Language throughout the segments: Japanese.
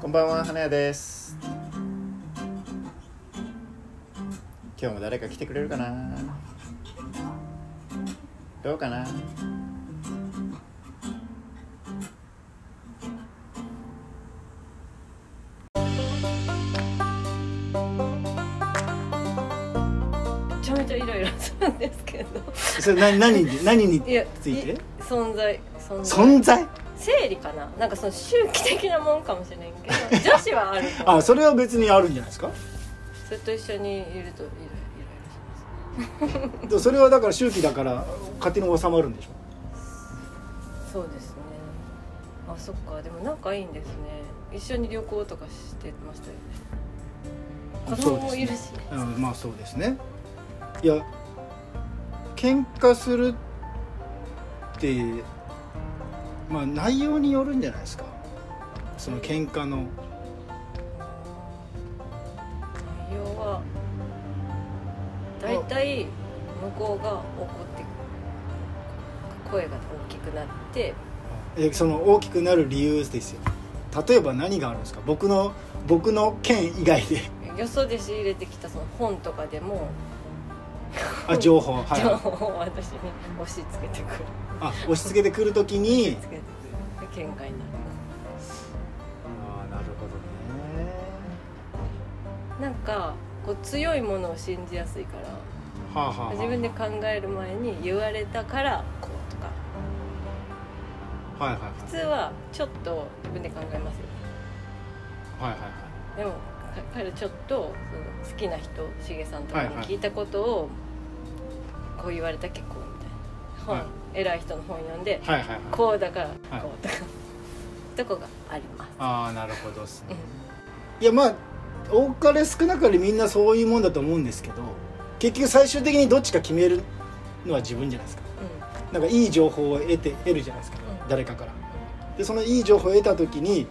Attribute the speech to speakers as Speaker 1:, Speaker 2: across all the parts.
Speaker 1: こんばんは、花屋です。今日も誰か来てくれるかな。どうかな。
Speaker 2: めちゃめちゃイライラするんですけど
Speaker 1: それ、な、何に、何に
Speaker 2: いや
Speaker 1: ついて。
Speaker 2: 存在存在
Speaker 1: 存在。
Speaker 2: 生理かななんかその周期的なもんかもしれんけ ど女子はあると
Speaker 1: あ、それは別にあるんじゃないですか。
Speaker 2: それと一緒にいるとイライラします
Speaker 1: でもそれはだから周期だから、勝手に収まるんでしょ
Speaker 2: そうですねあそっかでも仲いいんですね一緒に旅行とかしてましたよね子供もいるし、ね
Speaker 1: うん、まあそうですねいや喧嘩するってまあ内容によるんじゃないですかその喧嘩の
Speaker 2: 内容はだいたい向こうが怒って声が大きくなって
Speaker 1: えその大きくなる理由ですよ例えば何があるんですか僕の僕の件以外で
Speaker 2: よそで仕入れてきたその本とかでも
Speaker 1: あ情報は
Speaker 2: 情
Speaker 1: い
Speaker 2: 報を私に押し付けてくる
Speaker 1: あ押し付けてくるとき に
Speaker 2: つけてくるで喧嘩にな
Speaker 1: ああなるほどね
Speaker 2: るなんかこう強いものを信じやすいから
Speaker 1: はあ、はあはあ、
Speaker 2: 自分で考える前に言われたからこうとか
Speaker 1: はいはい
Speaker 2: 普通はちょっと自分で考えますよ
Speaker 1: はいはいはい
Speaker 2: でもか彼ちょっとその好きな人しげさんとかに
Speaker 1: はいはい
Speaker 2: 聞いたことをこう言われた結構みたいな本、
Speaker 1: は
Speaker 2: 偉い人の本読んで
Speaker 1: はいはいはいはい
Speaker 2: こうだからこうとか、とこがあります、
Speaker 1: ああなるほどです
Speaker 2: う
Speaker 1: ね
Speaker 2: ん
Speaker 1: いやまあ多かれ少なかれみんなそういうもんだと思うんですけど結局最終的にどっちか決めるのは自分じゃないですか
Speaker 2: う
Speaker 1: なんかいい情報を得て得るじゃないですか、
Speaker 2: うん
Speaker 1: 誰かからでそのいい情報を得た時に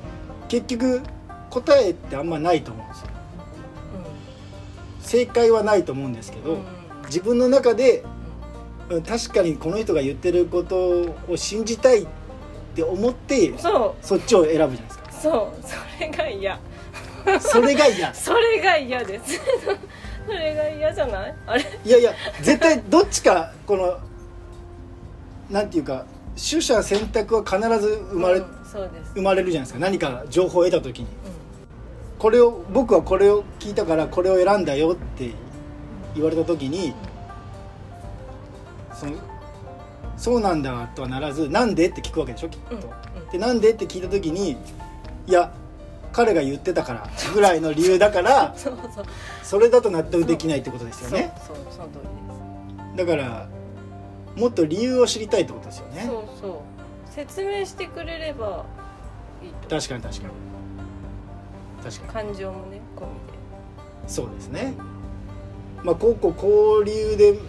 Speaker 1: 結局答えってあんまないと思うんですよ
Speaker 2: んうん
Speaker 1: 正解はないと思うんですけど、
Speaker 2: うん
Speaker 1: 自分の中でうん確かにこの人が言ってることを信じたいって思って
Speaker 2: そう
Speaker 1: そっちを選ぶじゃないですか
Speaker 2: そうそれが嫌
Speaker 1: それが 嫌
Speaker 2: それが嫌です それが嫌じゃないあれ
Speaker 1: いやいや絶対どっちかこのなんていうか取捨選択は必ず生まれ、
Speaker 2: うんそうです、
Speaker 1: 生まれるじゃないですか何か情報を得た時に
Speaker 2: う
Speaker 1: これを僕はこれを聞いたからこれを選んだよって言われた時にそのそうなんだとはならずなんでって聞くわけでしょきっと。
Speaker 2: んうん
Speaker 1: でなんでって聞いた時にいや彼が言ってたからぐらいの理由だから
Speaker 2: そうそう
Speaker 1: それだと納得できないってことですよね。
Speaker 2: そうそうその通りで
Speaker 1: だからもっと理由を知りたいってことですよね
Speaker 2: すそうそう説明してくれればいいと
Speaker 1: 確かに確かに確かに
Speaker 2: 感情もね込みで
Speaker 1: そうですねまあこうこうこう理由で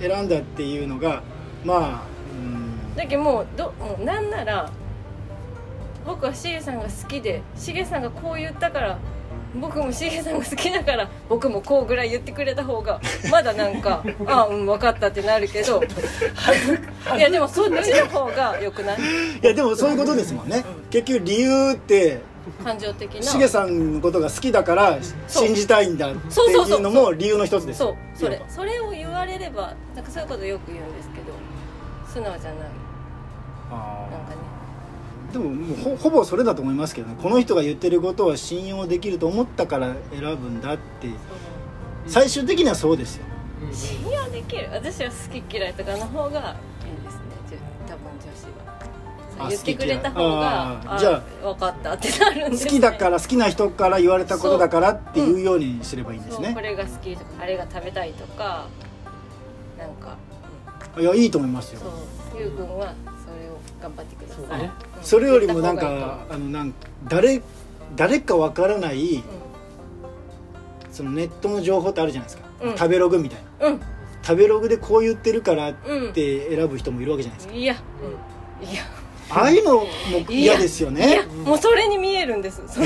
Speaker 1: 選んだっていうのがまあうん
Speaker 2: だけどもうどもうなんなら僕はしげさんが好きでしげさんがこう言ったから僕もしげさんが好きだから僕もこうぐらい言ってくれた方がまだなん かああうん分かったってなるけどいやでもそっちの方がよくない
Speaker 1: いやでもそういうことですもんね結局理由って
Speaker 2: 感情的な
Speaker 1: しげさんのことが好きだから
Speaker 2: そう
Speaker 1: 信じたいんだって
Speaker 2: そうそう
Speaker 1: い
Speaker 2: そう
Speaker 1: うのも理由の一つです
Speaker 2: そう
Speaker 1: よ
Speaker 2: それ
Speaker 1: 要は
Speaker 2: それを言われればなんかそういうことよく言うんですけど素直じゃないなん
Speaker 1: あ
Speaker 2: かね
Speaker 1: ーでももうほほぼそれだと思いますけどねこの人が言ってることは信用できると思ったから選ぶんだって最終的にはそうですよ
Speaker 2: 信用できる私は好き嫌いとかの方がいいですねじゅ多分女子はそう
Speaker 1: あ
Speaker 2: 言ってくれた
Speaker 1: 好
Speaker 2: 方
Speaker 1: き嫌いあ
Speaker 2: が
Speaker 1: ー
Speaker 2: あ
Speaker 1: じゃ
Speaker 2: 分かったってな るんで
Speaker 1: 好
Speaker 2: す、
Speaker 1: きだからら好きな人から言われたことだからっていうようにすればいいんです
Speaker 2: そうこ
Speaker 1: ね、
Speaker 2: れが好きとかあれが食べたいとかなんか、
Speaker 1: いやいいと思います
Speaker 2: うん
Speaker 1: よ
Speaker 2: そうゆうくんはそれを頑張ってください
Speaker 3: そう
Speaker 2: う
Speaker 3: ね
Speaker 2: ん
Speaker 1: それよりもなん
Speaker 2: 言った方がい
Speaker 1: かあのなんか誰誰かわからない
Speaker 2: い
Speaker 1: そのネットの情報ってあるじゃないですか、
Speaker 2: うん
Speaker 1: 食べログみたいな
Speaker 2: と思う
Speaker 1: 食べログでこう言ってるからっ
Speaker 2: うんうん
Speaker 1: て選ぶ人もいるわけじゃないです
Speaker 2: いや、うん、いや
Speaker 1: か、ああいうのも嫌ですよ
Speaker 2: い
Speaker 1: ね
Speaker 2: やもうそれに見えるんですそ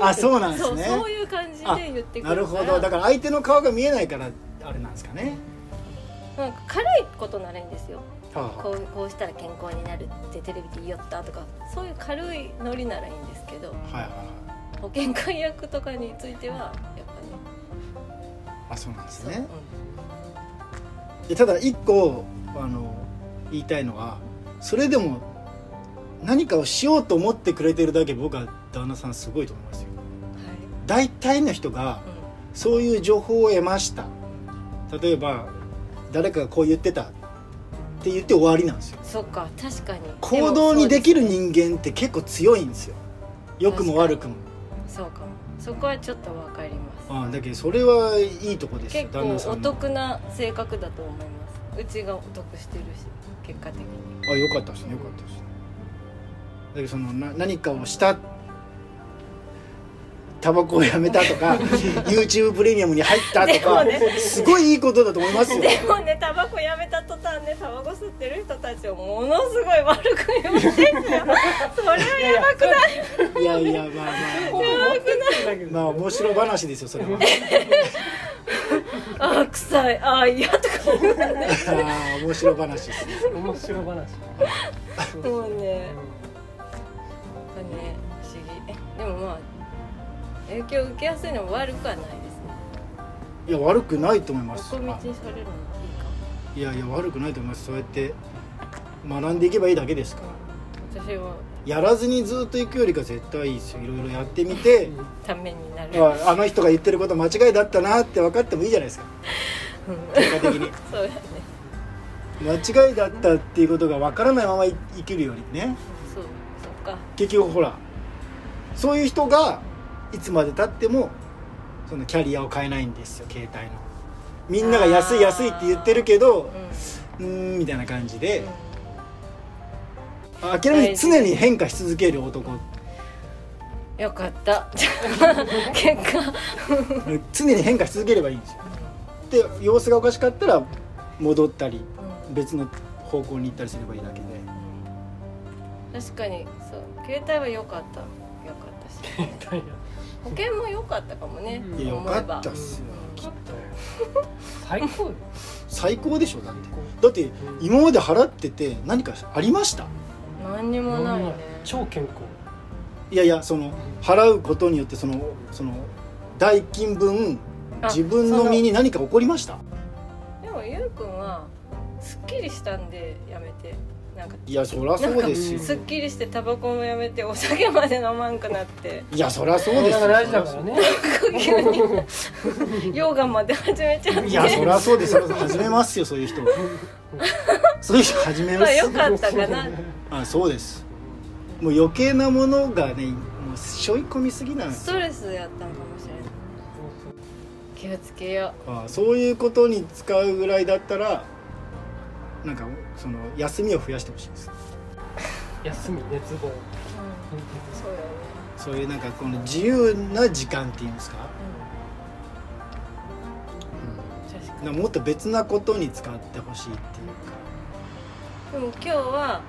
Speaker 1: あ そうなんで
Speaker 2: そ
Speaker 1: す
Speaker 2: う
Speaker 1: ね
Speaker 2: そういう感じで言ってくるか
Speaker 1: な
Speaker 2: ら
Speaker 1: るほどだから相手の顔が見えないからあれなんですかね
Speaker 2: なんか軽いことならいいんですよ
Speaker 1: あ
Speaker 2: こうこうしたら健康になるってテレビで言いよったとかそういう軽いノリならいいんですけど
Speaker 1: あはいはいは
Speaker 2: 保険解約とかについてはやっぱ
Speaker 1: い
Speaker 2: ね
Speaker 1: あそうなんです
Speaker 2: そう、
Speaker 1: ねいやただ一個あの言いたいのはそれでも何かをしようと思ってくれてるだけ僕は旦那さんすごいと思いますよ
Speaker 2: うんはい
Speaker 1: 大体の人がそういう情報を得ました例えば誰かがこう言ってたって言って終わりなんですよ
Speaker 2: うん、そっか確かに
Speaker 1: 行動にで
Speaker 2: る
Speaker 1: きる人間って結構強いんですよ良くも悪くも、
Speaker 2: そうかもそこはちょっとわかります
Speaker 1: ああだけどそれはいいとこですよ
Speaker 2: 結
Speaker 1: 旦那
Speaker 2: 構
Speaker 1: さ
Speaker 2: お
Speaker 1: んの
Speaker 2: 得な性格だと思いますうちがお得してるし結果的に
Speaker 1: あよかったですねよかったですねだけどそのな何かをしたタバコをやめたと か YouTube プレミアムに入ったと
Speaker 2: でも
Speaker 1: か、
Speaker 2: ね
Speaker 1: すごいいいことだと思いますよ
Speaker 2: でもねタバコやめた途端ねタバコ吸ってる人たちをものすごい悪く言うんですよ それはやばくない
Speaker 1: いやいやまあまあまあ面白話ですよそれ は
Speaker 2: ああ臭いああ嫌とか言う
Speaker 1: ああ面白話ですね
Speaker 3: 面白話
Speaker 2: もうね本当にね不思議でもまあ影響受けやすいのも悪くはないですね
Speaker 1: いや悪くないと思います
Speaker 2: 横道にそれるのもいいかも
Speaker 1: いやいや悪くないと思いますそうやって学んでいけばいいだけですから
Speaker 2: 私は
Speaker 1: やらずにずっと行くよりか絶対いいですよいろいろやってみて
Speaker 2: ためになる
Speaker 1: ああの人が言ってること間違いだったなって分かってもいいじゃないですか
Speaker 2: うん
Speaker 1: 結果的に
Speaker 2: そうやね
Speaker 1: 間違いだったっていうことが分からないままい生きるよりね
Speaker 2: そうそっか
Speaker 1: 結局ほらそういう人がいつまでたってもそのキャリアを変えないんですよ携帯のみんなが安い安いって言ってるけど
Speaker 2: うん
Speaker 1: うーんみたいな感じ
Speaker 2: う
Speaker 1: で
Speaker 2: ん
Speaker 1: 諦めに常に変化し続ける男
Speaker 2: よかった 結果
Speaker 1: 常に変化し続ければいいんですよで様子がおかしかったら戻ったり
Speaker 2: うん
Speaker 1: 別の方向に行ったりすればいいだけで
Speaker 2: 確かにそう携帯は良かった良かったし 保険も良かったかもね
Speaker 3: うん
Speaker 1: いやよ
Speaker 2: 思
Speaker 1: か
Speaker 2: え
Speaker 1: っ
Speaker 2: ば
Speaker 1: たっすよ
Speaker 2: うん
Speaker 1: きっと
Speaker 3: 最高よ
Speaker 1: 最高でしょだってだって今まで払ってて何かありました
Speaker 2: 何にもないね
Speaker 3: 超健康
Speaker 1: いやいやその払うことによってそのその代金分
Speaker 2: あ
Speaker 1: 自分の身に何か起こりました
Speaker 2: そのでもゆうくんはすっきりしたんでやめてなんか
Speaker 1: いやそりゃそうですよ
Speaker 3: なん
Speaker 2: すっきりしてタバコもやめてお酒まで飲まんく なって
Speaker 1: いやそりゃそう
Speaker 3: そ
Speaker 1: で
Speaker 3: れ
Speaker 1: すよ
Speaker 3: が大事だからね
Speaker 2: 急にヨガまで始めちゃっ
Speaker 1: い
Speaker 2: て
Speaker 1: やそりゃそうですよ始めますよそういう人そういう人始めま
Speaker 2: まあ
Speaker 1: す
Speaker 2: よかったかな
Speaker 1: あそうですもう余計なものがねもう背負い込みすぎなんです
Speaker 2: ストレスやったんかもしれない気をつけよ
Speaker 1: あそういうことに使うぐらいだったらなんかその休みを増やしてほしいです
Speaker 3: 休み熱望
Speaker 2: う、うん、そうよね、
Speaker 1: そういうなんかこの自由な時間っていうんですか,、
Speaker 2: うん、確か
Speaker 1: うん、な
Speaker 2: に
Speaker 1: んかもっと別なことに使ってほしいっていう
Speaker 2: でも今日は、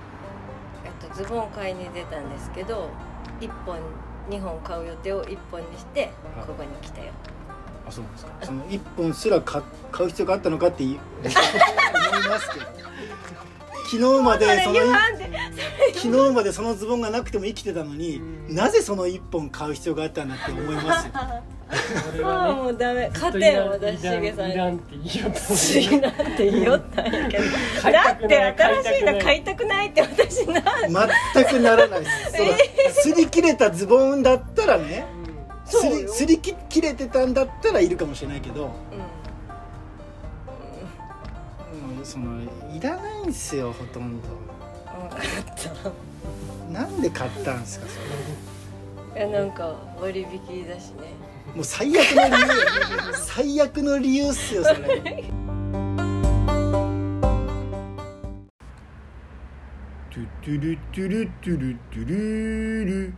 Speaker 2: えっと、ズボン買いに出たんですけど1本2本買う予定を1本にして
Speaker 1: はい
Speaker 2: ここに来たよ
Speaker 1: かあそうなんですかその1本すら買買う必要があったのか ってい思いますけど昨日ま
Speaker 2: そ
Speaker 1: で
Speaker 2: れ
Speaker 1: そ
Speaker 2: 言
Speaker 1: の
Speaker 2: わんで
Speaker 1: 昨日までそのズボンがなくても生きてたのに
Speaker 3: うん
Speaker 1: なぜその1本買う必要があったんだって思います よ
Speaker 3: 俺
Speaker 2: ああ
Speaker 3: は
Speaker 2: もうダメ勝
Speaker 3: ね
Speaker 2: てん私しげさん
Speaker 3: い
Speaker 2: に
Speaker 3: らんって言いよった
Speaker 2: いらんって言いよったんやけど
Speaker 3: 買い
Speaker 2: だ
Speaker 3: た
Speaker 2: って
Speaker 3: くない
Speaker 2: 新しいの買
Speaker 3: 買
Speaker 2: いたくないって私な
Speaker 1: 全くならないですその擦り切れたズボンだったらね
Speaker 2: そ
Speaker 1: す
Speaker 2: う
Speaker 1: り
Speaker 2: よ
Speaker 1: すりき切れてたんだったらいるかもしれないけど、
Speaker 2: う
Speaker 1: うんそのいらないんですよほとんど
Speaker 2: ん分かっ
Speaker 1: なんで買ったんですかそれ
Speaker 2: たいやなんか割引だしね
Speaker 1: もう最悪の理由最悪の理由っすよそれトゥトゥルトゥルトゥルトゥルル